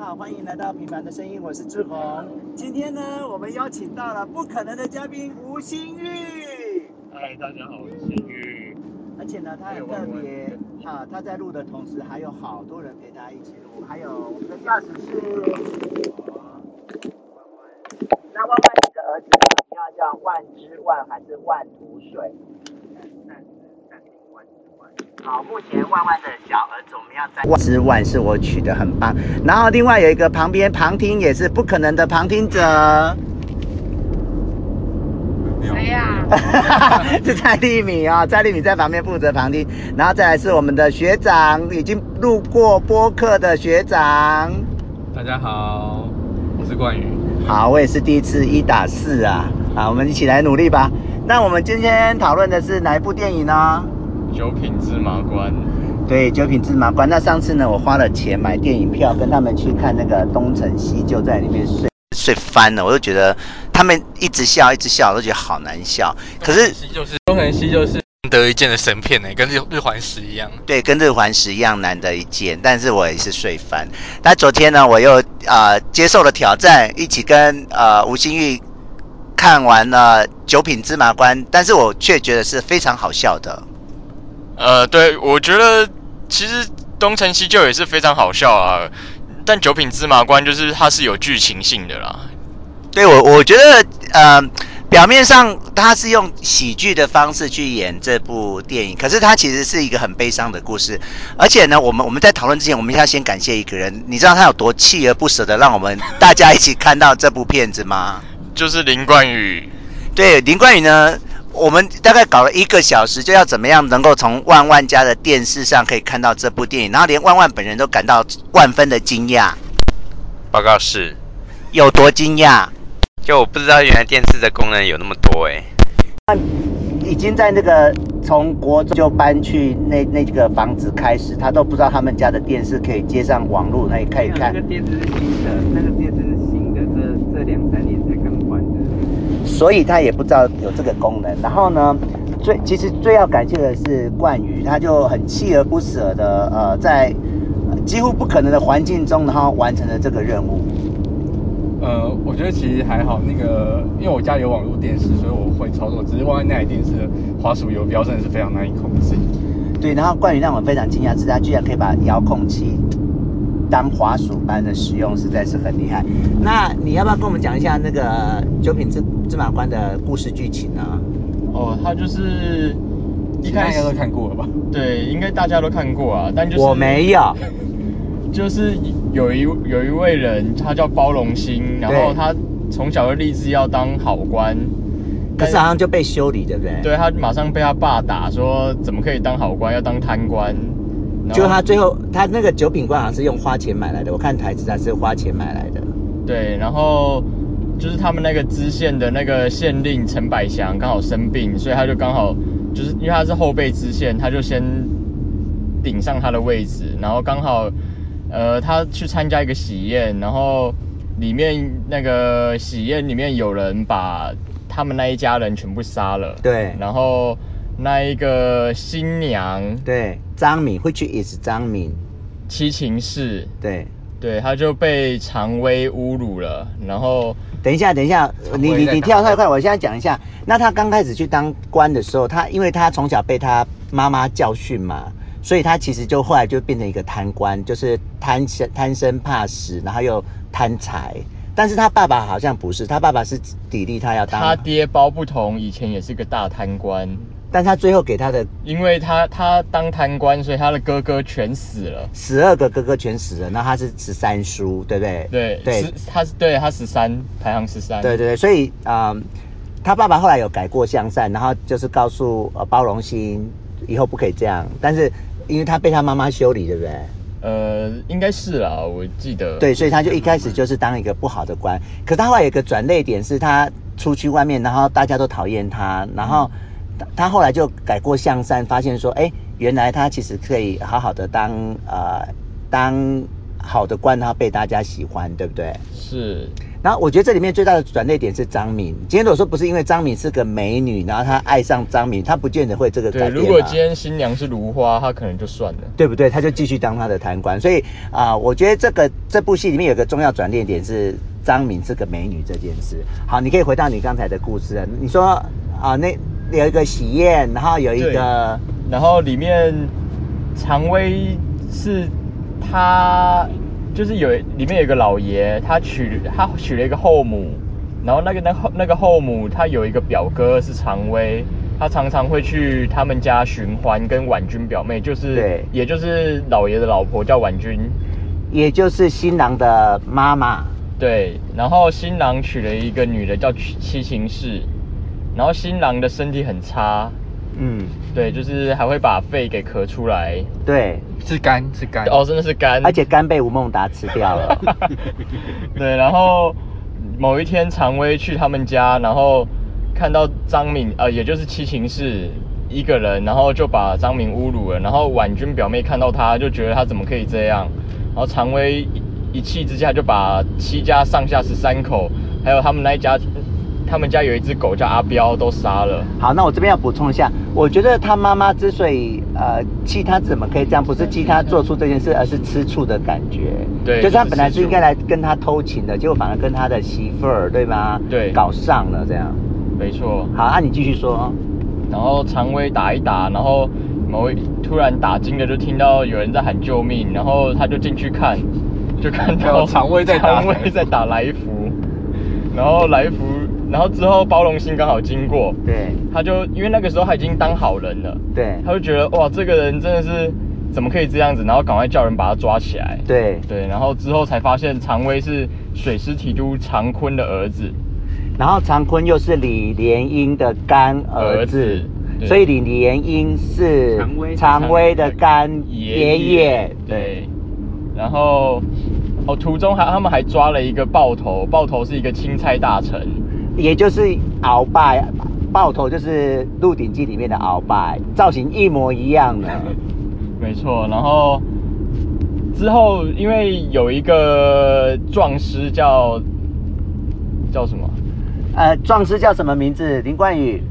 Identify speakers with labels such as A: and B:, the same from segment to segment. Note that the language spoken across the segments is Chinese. A: 好，欢迎来到《平凡的声音》，我是志宏。今天呢，我们邀请到了不可能的嘉宾吴新玉，
B: 嗨，大家好，我是新宇。
A: 而且呢，他很特
B: 还有王
A: 别
B: 文
A: 啊，他在录的同时，还有好多人陪他一起录，还有我们的驾驶是我
C: 那万万你的儿子呢？你要叫万之万还是万土水？好，目前万万的小儿子，我们要在
A: 万之万是我取的，很棒。然后另外有一个旁边旁听也是不可能的旁听者，
D: 谁哎呀、
A: 是蔡丽敏啊、蔡丽敏在旁边负责旁听，然后再来是我们的学长，已经录过播客的学长。
E: 大家好，我是冠宇。
A: 好，我也是第一次一打四啊，啊，我们一起来努力吧。那我们今天讨论的是哪一部电影呢？
E: 九品芝麻官，
A: 对，《九品芝麻官》。那上次呢，我花了钱买电影票，跟他们去看那个东成西就，在里面睡睡翻了，我就觉得他们一直笑，一直笑，我都觉得好难笑。可是
E: 西就是东横西就是难得一见的神片呢、欸跟日日环食一样。
A: 对，跟日环食一样难得一见，但是我也是睡翻。那昨天呢，我又呃接受了挑战，一起跟呃吴新玉看完了《九品芝麻官》，但是我却觉得是非常好笑的。
B: 呃，对，我觉得其实东成西就也是非常好笑啊，但九品芝麻官就是它是有剧情性的啦。
A: 对我，我觉得呃，表面上他是用喜剧的方式去演这部电影，可是它其实是一个很悲伤的故事。而且呢，我们我们在讨论之前，我们要先感谢一个人，你知道他有多锲而不舍的让我们大家一起看到这部片子吗？
B: 就是林冠宇，
A: 对林冠宇呢，我们大概搞了一个小时，就要怎么样能够从万万家的电视上可以看到这部电影，然后连万万本人都感到万分的惊讶，
F: 报告是，
A: 有多惊讶？
F: 就我不知道原来电视的功能有那么多哎、
A: 已经在那个从国中就搬去那那个房子开始，他都不知道他们家的电视可以接上网络，那也可以看
G: 那。个电视是新的，那个电视是新的，这这两三年才刚换的。
A: 所以他也不知道有这个功能。然后呢，最其实最要感谢的是冠宇，他就很锲而不舍的呃，在呃几乎不可能的环境中，然后完成了这个任务。
E: 呃，我觉得其实还好，那个因为我家有网络电视，所以我会操作。只是外面那台电视的滑鼠游标真的是非常难以控制。
A: 对，然后冠宇让我非常惊讶是，他居然可以把遥控器当滑鼠般的使用，实在是很厉害。那你要不要跟我们讲一下那个九品芝芝麻官的故事剧情呢？
B: 哦，他就是一
E: 大
B: 开
E: 家都
B: 始
E: 看过了吧？
B: 对，应该大家都看过啊，但就是
A: 我没有，
B: 就是有一有一位人，他叫包容心，然后
A: 对
B: 他从小就立志要当好官，
A: 可是好像就被修理，对不对？。
B: 对他马上被他爸打，说怎么可以当好官，要当贪官。然后
A: 就他最后，他那个九品官好像是用花钱买来的，我看台词他是花钱买来的。
B: 对，然后就是他们那个知县的那个县令陈百祥刚好生病，所以他就刚好就是因为他是后备知县，他就先顶上他的位置，然后刚好呃他去参加一个喜宴，然后里面那个喜宴里面有人把他们那一家人全部杀了，
A: 对
B: 然后那一个新娘
A: 对，张敏会去也是张敏，
B: 七情氏，
A: 对。
B: 对，他就被常威侮辱了，然后。
A: 等一下，等一下，呃你
E: 我
A: 你
E: 也在
A: 你
E: 打
A: 跳太快，我现在讲一下。那他刚开始去当官的时候，他因为他从小被他妈妈教训嘛，所以他其实就后来就变成一个贪官，就是贪生贪生怕死，然后又贪财。但是他爸爸好像不是，他爸爸是砥砺他要当，
B: 他爹包不同，以前也是个大贪官，
A: 但他最后给他的
B: 因为他他当贪官，所以他的哥哥全死了。
A: 十二个哥哥全死了，那他是十三叔，对不对？
B: 对，
A: 对
B: 十他是对他十三，排行十三。
A: 对对对，所以啊、嗯他爸爸后来有改过向善，然后就是告诉呃包容心以后不可以这样，但是因为他被他妈妈修理，对不对？
B: 呃，应该是啦，我记得。
A: 对，所以他就一开始就是当一个不好的官，可他后来有一个转捩点是他出去外面，然后大家都讨厌他，然后
B: 嗯
A: 他他后来就改过向善，发现说，哎，原来他其实可以好好的当呃当好的官，然后被大家喜欢，对不对？
B: 是，
A: 然后我觉得这里面最大的转捩点是张敏。今天如果说不是因为张敏是个美女，然后她爱上张敏，她不见得会这个改
B: 对，
A: 变、啊。
B: 如果今天新娘是如花，她可能就算了。
A: 对不对？他就继续当他的贪官。所以啊、我觉得这个这部戏里面有个重要转捩点是张敏是个美女这件事。好，你可以回到你刚才的故事了。你说啊、那有一个喜宴，然后有一个
B: 然后里面常威是他就是有里面有一个老爷，他娶他娶了一个后母，然后那个那后那个后母他有一个表哥是常威。他常常会去他们家寻欢，跟婉君表妹，就是
A: 对
B: 也就是老爷的老婆叫婉君，
A: 也就是新郎的妈妈。
B: 对，然后新郎娶了一个女的叫七七情氏，然后新郎的身体很差，
A: 嗯，
B: 对，就是还会把肺给咳出来，
A: 对，
E: 是肝是肝
B: 哦，真的是干，
A: 而且肝被吴孟达吃掉了。
B: 对，然后某一天常威去他们家，然后看到张敏，呃，也就是七情氏一个人，然后就把张敏侮辱了。然后婉君表妹看到他，就觉得他怎么可以这样，然后常威一一气之下就把七家上下十三口，还有他们那一家，他们家有一只狗叫阿彪都杀了。
A: 好，那我这边要补充一下，我觉得他妈妈之所以呃气他怎么可以这样，不是气他做出这件事，而是吃醋的感觉。
B: 对
A: 就是他本来
B: 就是吃
A: 是应
B: 醋
A: 该来跟他偷情的，结果反而跟他的媳妇儿对吗？
B: 对
A: 搞上了这样。
B: 没错，
A: 好，啊那、你继续说。
B: 然后常威打一打，然后某一突然打惊了，就听到有人在喊救命，然后他就进去看， 就看到
E: 有常威在打
B: 常威在打来福，然后来福，然后之后包容心刚好经过，
A: 对
B: 他就因为那个时候他已经当好人了，
A: 对
B: 他就觉得哇这个人真的是怎么可以这样子，然后赶快叫人把他抓起来，
A: 对，
B: 对，然后之后才发现常威是水师提督常坤的儿子，
A: 然后常坤又是李莲英的干儿
B: 儿
A: 子
B: 子，对
A: 所以李莲英是
G: 常威
A: 常威的干
B: 爷
A: 爷爷。
B: 对，然后哦，途中还他们还抓了一个爆头，爆头是一个钦差大臣，
A: 也就是鳌拜，爆头就是《鹿鼎记》里面的鳌拜，造型一模一样的。
B: 没错，然后之后因为有一个壮师叫叫什么？
A: 呃，壮士叫什么名字？林冠宇。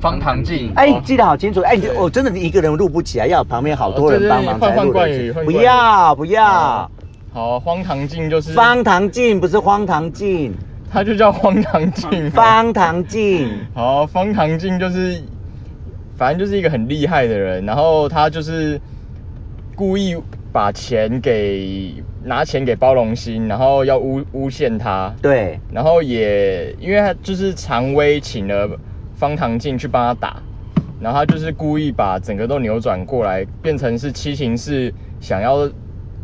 E: 方唐镜
A: 哎，你记得好清楚。哎，你
B: 对
A: 我真的你一个人录不起来，要有旁边好多
B: 哦对
A: 人
B: 对
A: 帮忙
B: 换
A: 才录
B: 换
A: 得
B: 冠宇
A: 起。
B: 换
A: 不
B: 冠宇
A: 要不要
B: 哦，好，荒唐镜就是，
A: 方唐镜不是荒唐镜，
B: 他就叫荒唐啊镜。
A: 方唐镜。
B: 好，方唐镜就是，反正就是一个很厉害的人，然后他就是故意把钱给拿钱给包容心，然后要诬诬陷他，
A: 对
B: 然后也因为他就是常威请了方唐镜去帮他打，然后他就是故意把整个都扭转过来，变成是七情是想要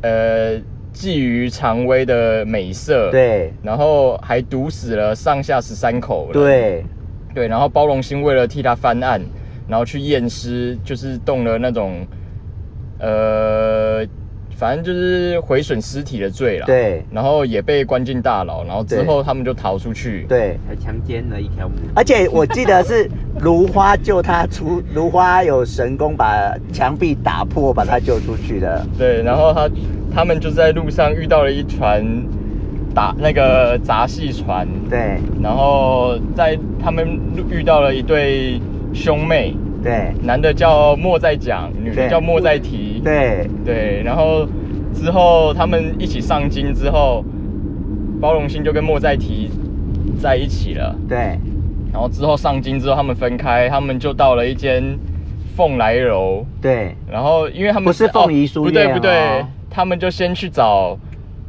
B: 呃觊觎常威的美色，，
A: 对
B: 然后还毒死了上下十三口人，
A: 对，
B: 对，然后包容心为了替他翻案，然后去验尸，就是动了那种，呃，反正就是毁损尸体的罪啦。。
A: 对
B: 然后也被关进大牢，然后之
A: 对
B: 后他们就逃出去。
A: 对。
G: 还强奸了一条母。
A: 而且我记得是如花救他出， 如花有神功把墙壁打破，把他救出去的。
B: 对，然后他他们就在路上遇到了一船打那个杂戏船，
A: 对
B: 然后在他们路遇到了一对兄妹，
A: 对
B: 男的叫莫在讲，女的
A: 对
B: 叫莫在提。
A: 对
B: 对，然后之后他们一起上京之后，包容心就跟莫再提在一起了。
A: 对
B: 然后之后上京之后，他们分开，他们就到了一间凤来楼。
A: 对
B: 然后因为他们
A: 不是凤仪书
B: 不对
A: 院
B: 不对
A: 哦，
B: 他们就先去找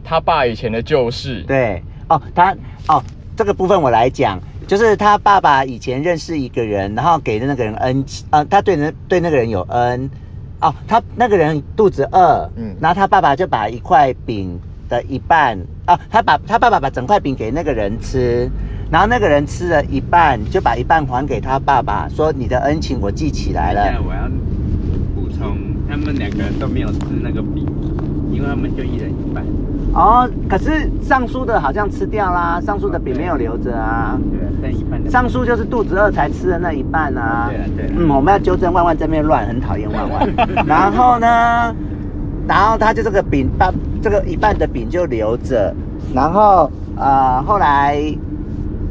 B: 他爸以前的旧事。
A: 对，哦，他哦，这个部分我来讲，就是他爸爸以前认识一个人，然后给了那个人恩，呃，他对人对那个人有恩，哦，他那个人肚子饿，
B: 嗯
A: 然后他爸爸就把一块饼的一半，啊，他把他爸爸把整块饼给那个人吃。然后那个人吃了一半，就把一半还给他爸爸，说：“你的恩情我记起来
G: 等一下
A: 了。
G: 我要补充，他们两个人都没有吃那个饼，因为他们就一人一半。”
A: 哦，可是上书的好像吃掉啦，上书的饼没有留着啊。
G: 对啊，剩一半的。
A: 上书就是肚子饿才吃的那一半啊。
G: 对啊对啊
A: 嗯，我们要纠正万万在那边乱，很讨厌万 万。然后呢，然后他就这个饼把这个一半的饼就留着，然后呃后来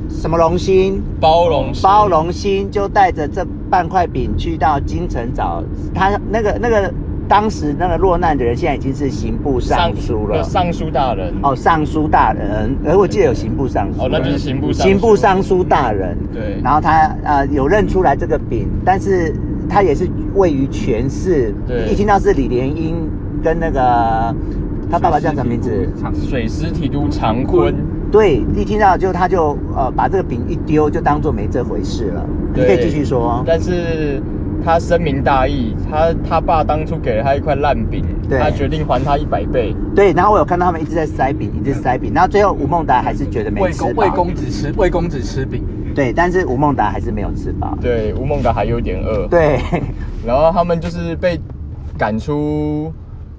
A: 什么龙星
B: 包容性
A: 包容星就带着这半块饼去到京城找他那个那个当时那个落难的人，现在已经是刑部尚书了
B: 有。尚书大人。
A: 哦，尚书大人，而我记得有刑部尚书。
B: 哦，那就是刑部尚
A: 刑部尚书大人，
B: 对
A: 然后他呃有认出来这个饼，但是他也是位于全市，
B: 对
A: 一听到是李莲英跟那个他爸爸叫什么名字？
B: 水师提督常坤，
A: 对，一听到就他就呃把这个饼一丢，就当做没这回事了。你可以
B: 对
A: 继续说。哦
B: 但是他深明大义，他他爸当初给了他一块烂饼，
A: 对
B: 他决定还他一百倍。
A: 对，然后我有看到他们一直在塞饼，一直塞饼，然后最后吴孟达还是觉得没
E: 魏
A: 吃
E: 公
A: 饱。
E: 魏公子吃魏公子吃饼，
A: 对，但是吴孟达还是没有吃饱。
B: 对，吴孟达还有点饿。，
A: 对，
B: 然后他们就是被赶出。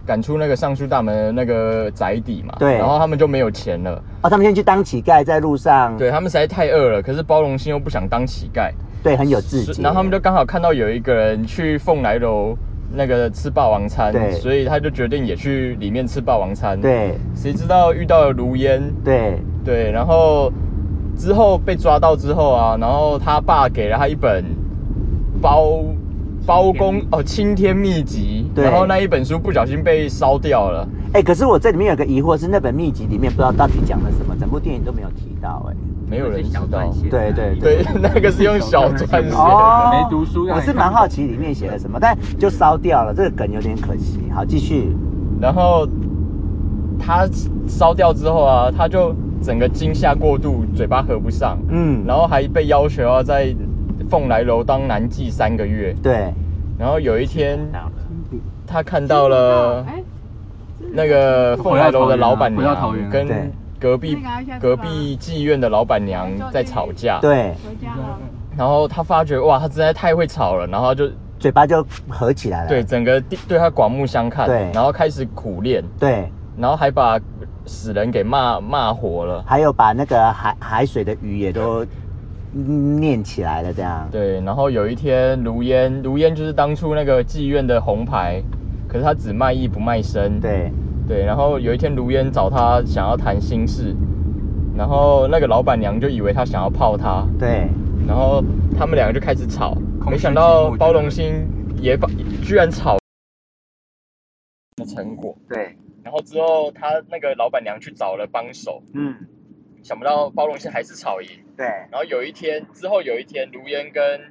B: 赶出那个尚书大门的那个宅邸嘛，
A: 对
B: 然后他们就没有钱了，
A: 哦，他们先去当乞丐，在路上，
B: 对他们实在太饿了，可是包容心又不想当乞丐，
A: 对很有自
B: 是
A: 己。
B: 然后他们就刚好看到有一个人去凤来楼那个吃霸王餐
A: 对，
B: 所以他就决定也去里面吃霸王餐。，
A: 对
B: 谁知道遇到了卢烟，
A: 对
B: 对，然后之后被抓到之后啊，然后他爸给了他一本包包公哦《青天秘籍》，
A: 对
B: 然后那一本书不小心被烧掉了。
A: 哎、可是我这里面有个疑惑是，那本秘籍里面不知道到底讲了什么，整部电影都没有提到、哎
B: 没有人知道，
A: 对对
B: 对，那个是用小篆写
A: 哎，
B: 的。
A: 哦，
E: 没读书让
A: 我
E: 你
A: 是蛮好奇里面写了什么，但就烧掉了，这个梗有点可惜。好，继续。
B: 然后他烧掉之后啊，他就整个惊吓过度，嘴巴合不上，
A: 嗯，
B: 然后还被要求要在凤来楼当男妓三个月。
A: 对，
B: 然后有一天，他看
D: 到
B: 到了
D: 哎，
B: 那个凤来楼的老板
E: 回到桃园
B: 娘
E: 啊
B: 跟
A: 对
B: 隔壁
D: 那个啊下次吧
B: 隔壁妓院的老板娘在吵架。，
A: 对，
D: 回家了，
B: 然后他发觉哇，他真的太会吵了，然后他就
A: 嘴巴就合起来了。
B: 对整个地对他刮目相看，
A: 对
B: 然后开始苦练。
A: 对，
B: 然后还把死人给骂骂活了。
A: 还有把那个海海水的鱼也都嗯念起来了，这样。
B: 对，然后有一天卢烟，卢烟就是当初那个妓院的红牌，可是他只卖艺不卖身。
A: 对
B: 对，然后有一天卢烟找他想要谈心事，然后那个老板娘就以为他想要泡她，
A: 对
B: 然后他们两个就开始吵，
E: 空
B: 没
E: 虚
B: 想
E: 寂
B: 到
E: 寞
B: 包
E: 觉得
B: 容心也把居然吵的成果。
A: 对，
B: 然后之后他那个老板娘去找了帮手，
A: 嗯，
B: 想不到包容心还是吵赢。
A: 对
B: 然后有一天之后有一天，卢烟跟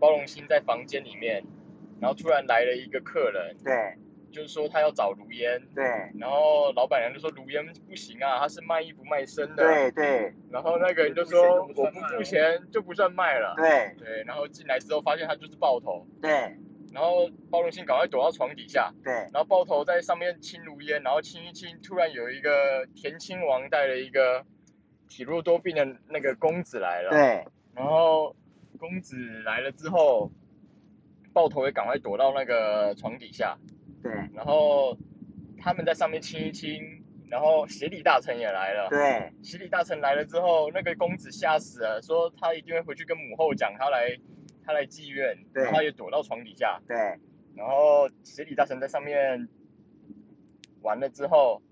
B: 包容心在房间里面，然后突然来了一个客人，
A: 对
B: 就是说他要找卢烟，
A: 对
B: 然后老板娘就说卢烟不行啊，他是卖艺不卖身的。。
A: 对对
B: 然后那个人就说我不付钱就不算卖了。
A: 对
B: 对。然后进来之后发现他就是爆头，
A: 对
B: 然后包容心赶快躲到床底下，
A: 对，
B: 然后爆头在上面亲卢烟，然后亲一亲，突然有一个田亲王带了一个体弱多病的那个公子来了。。
A: 对
B: 然后公子来了之后，爆头也赶快躲到那个床底下，
A: 对
B: 然后他们在上面亲一亲，然后协理大臣也来了。
A: 对
B: 协理大臣来了之后，那个公子吓死了，说他一定会回去跟母后讲他来他来妓院，
A: 对
B: 然后他也躲到床底下，
A: 对
B: 然后协理大臣在上面完了之后，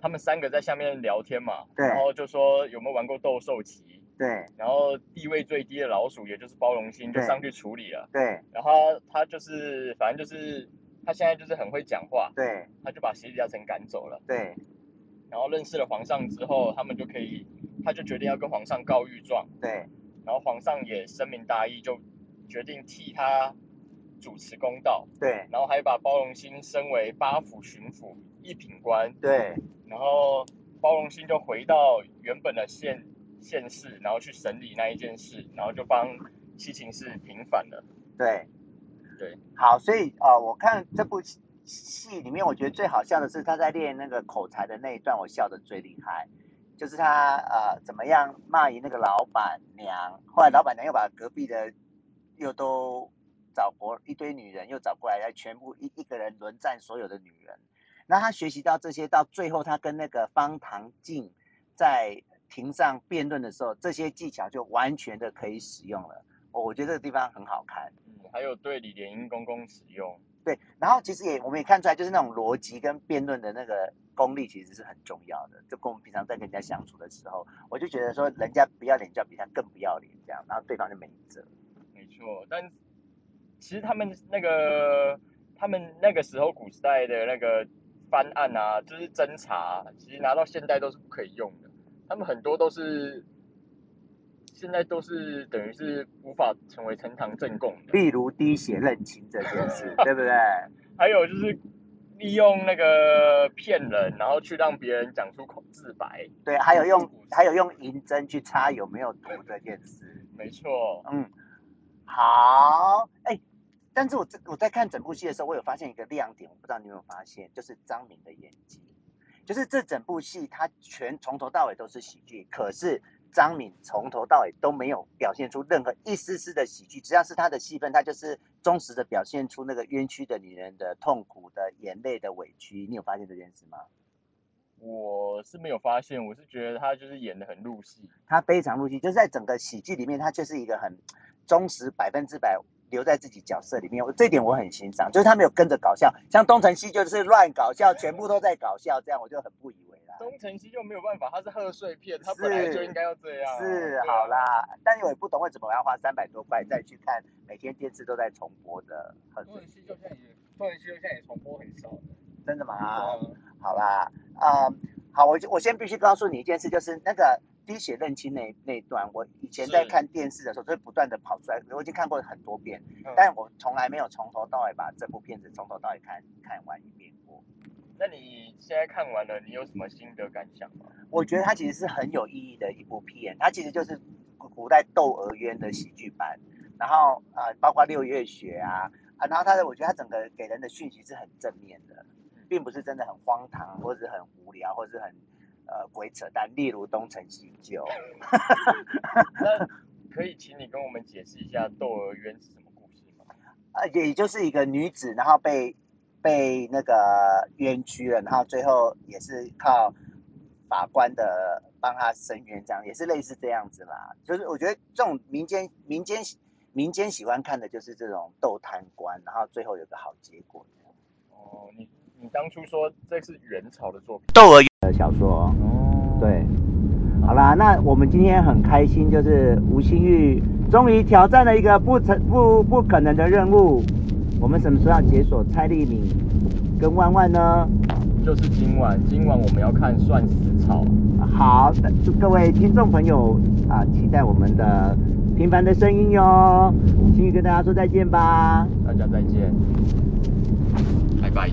B: 他们三个在下面聊天嘛，
A: 对
B: 然后就说有没有玩过斗兽棋，
A: 对
B: 然后地位最低的老鼠，也就是包容心，就
A: 对
B: 上去处理了。
A: 对
B: 然后他他就是，反正就是他现在就是很会讲话，
A: 对
B: 他就把协理大臣赶走了。
A: 对
B: 然后认识了皇上之后，他们就可以，他就决定要跟皇上告御状。
A: 对
B: 然后皇上也深明大义，就决定替他主持公道，
A: 对
B: 然后还把包容心升为八府巡抚一品官。
A: 对
B: 然后包容心就回到原本的县县市，然后去审理那一件事，然后就帮七情寺平反了。
A: 对
B: 对，
A: 好，所以呃，我看这部戏戏里面，我觉得最好笑的是他在练那个口才的那一段，我笑的最厉害。就是他呃怎么样骂赢那个老板娘，后来老板娘又把隔壁的又都找过一堆女人，又找过来，来全部一一个人轮战所有的女人。然后他学习到这些，到最后他跟那个方唐镜在庭上辩论的时候，这些技巧就完全的可以使用了。我我觉得这个地方很好看。
B: 嗯，还有对李莲英公公使用，
A: 对，然后其实也我们也看出来，就是那种逻辑跟辩论的那个功力其实是很重要的。就跟我们平常在跟人家相处的时候，我就觉得说，人家不要脸就要比他更不要脸这样，然后对方就没辙。
B: 没错，但其实他们那个他们那个时候古时代的那个翻案啊，就是侦查，其实拿到现代都是不可以用的。他们很多都是现在都是等于是无法成为呈堂证供的。
A: 例如滴血认亲这件事，对不对？
B: 还有就是利用那个骗人，然后去让别人讲出口自白。
A: 对，还有用还有用银针去擦有没有毒这件事。
B: 没错，
A: 嗯，好，哎、但是我这我在看整部戏的时候，我有发现一个亮点，我不知道你有没有发现，就是张敏的演技，就是这整部戏她全从头到尾都是喜剧，可是张敏从头到尾都没有表现出任何一丝丝的喜剧，只要是她的戏份，她就是忠实的表现出那个冤屈的女人的痛苦的眼泪的委屈。你有发现这件事吗？
B: 我是没有发现，我是觉得他就是演的很入戏。
A: 她非常入戏，就是在整个喜剧里面，她就是一个很忠实百分之百留在自己角色里面，我这一点我很欣赏，就是他没有跟着搞笑，像东成西就是乱搞笑，全部都在搞笑，这样我就很不以为然。
B: 东城西就没有办法，他是贺岁片，他本来就应该要这样啊。
A: 是
B: 对啊
A: 好，啦，但是我也不懂为什么我要花三百多块再去看每天电视都在重播的，很
E: 中
B: 嗯
E: 文系就现在也，中文系就现在也重播很少了。
A: 真的吗？
B: 嗯
E: 啊，
A: 好啦，啊、好，我就我先必须告诉你一件事，就是那个滴血认亲那那一段，我以前在
B: 是
A: 看电视的时候，就会不断的跑出来，我已经看过很多遍，
B: 啊
E: 嗯
A: 但我从来没有从头到尾把这部片子从头到尾看看完一遍过。
B: 那你现在看完了，你有什么心得感想吗？
A: 我觉得它其实是很有意义的一部片，它其实就是古古代窦娥冤的喜剧版，然后呃，包括六月雪啊啊，然后它的我觉得它整个给人的讯息是很正面的，并不是真的很荒唐，或是很无聊，或是很呃鬼扯淡，例如东成西就。
B: 那可以请你跟我们解释一下《窦娥冤》是什么故事吗？
A: 呃，也就是一个女子，然后被被那个冤屈了，然后最后也是靠法官的帮她伸冤，这样也是类似这样子啦。就是我觉得这种民间民间民间喜欢看的就是这种斗贪官，然后最后有个好结果这样。
B: 哦，你你当初说这是元朝的作品
A: 窦娥的小说哦。
B: 哦，
A: 对，好啦，那我们今天很开心，就是吴新玉终于挑战了一个不成不不可能的任务。我们什么时候要解锁蔡丽敏跟万万呢？
B: 就是今晚，今晚我们要看《算死草》。
A: 好，祝各位听众朋友啊，期待我们的平凡的声音哟。新玉跟大家说再见吧。
B: 大家再见，拜拜。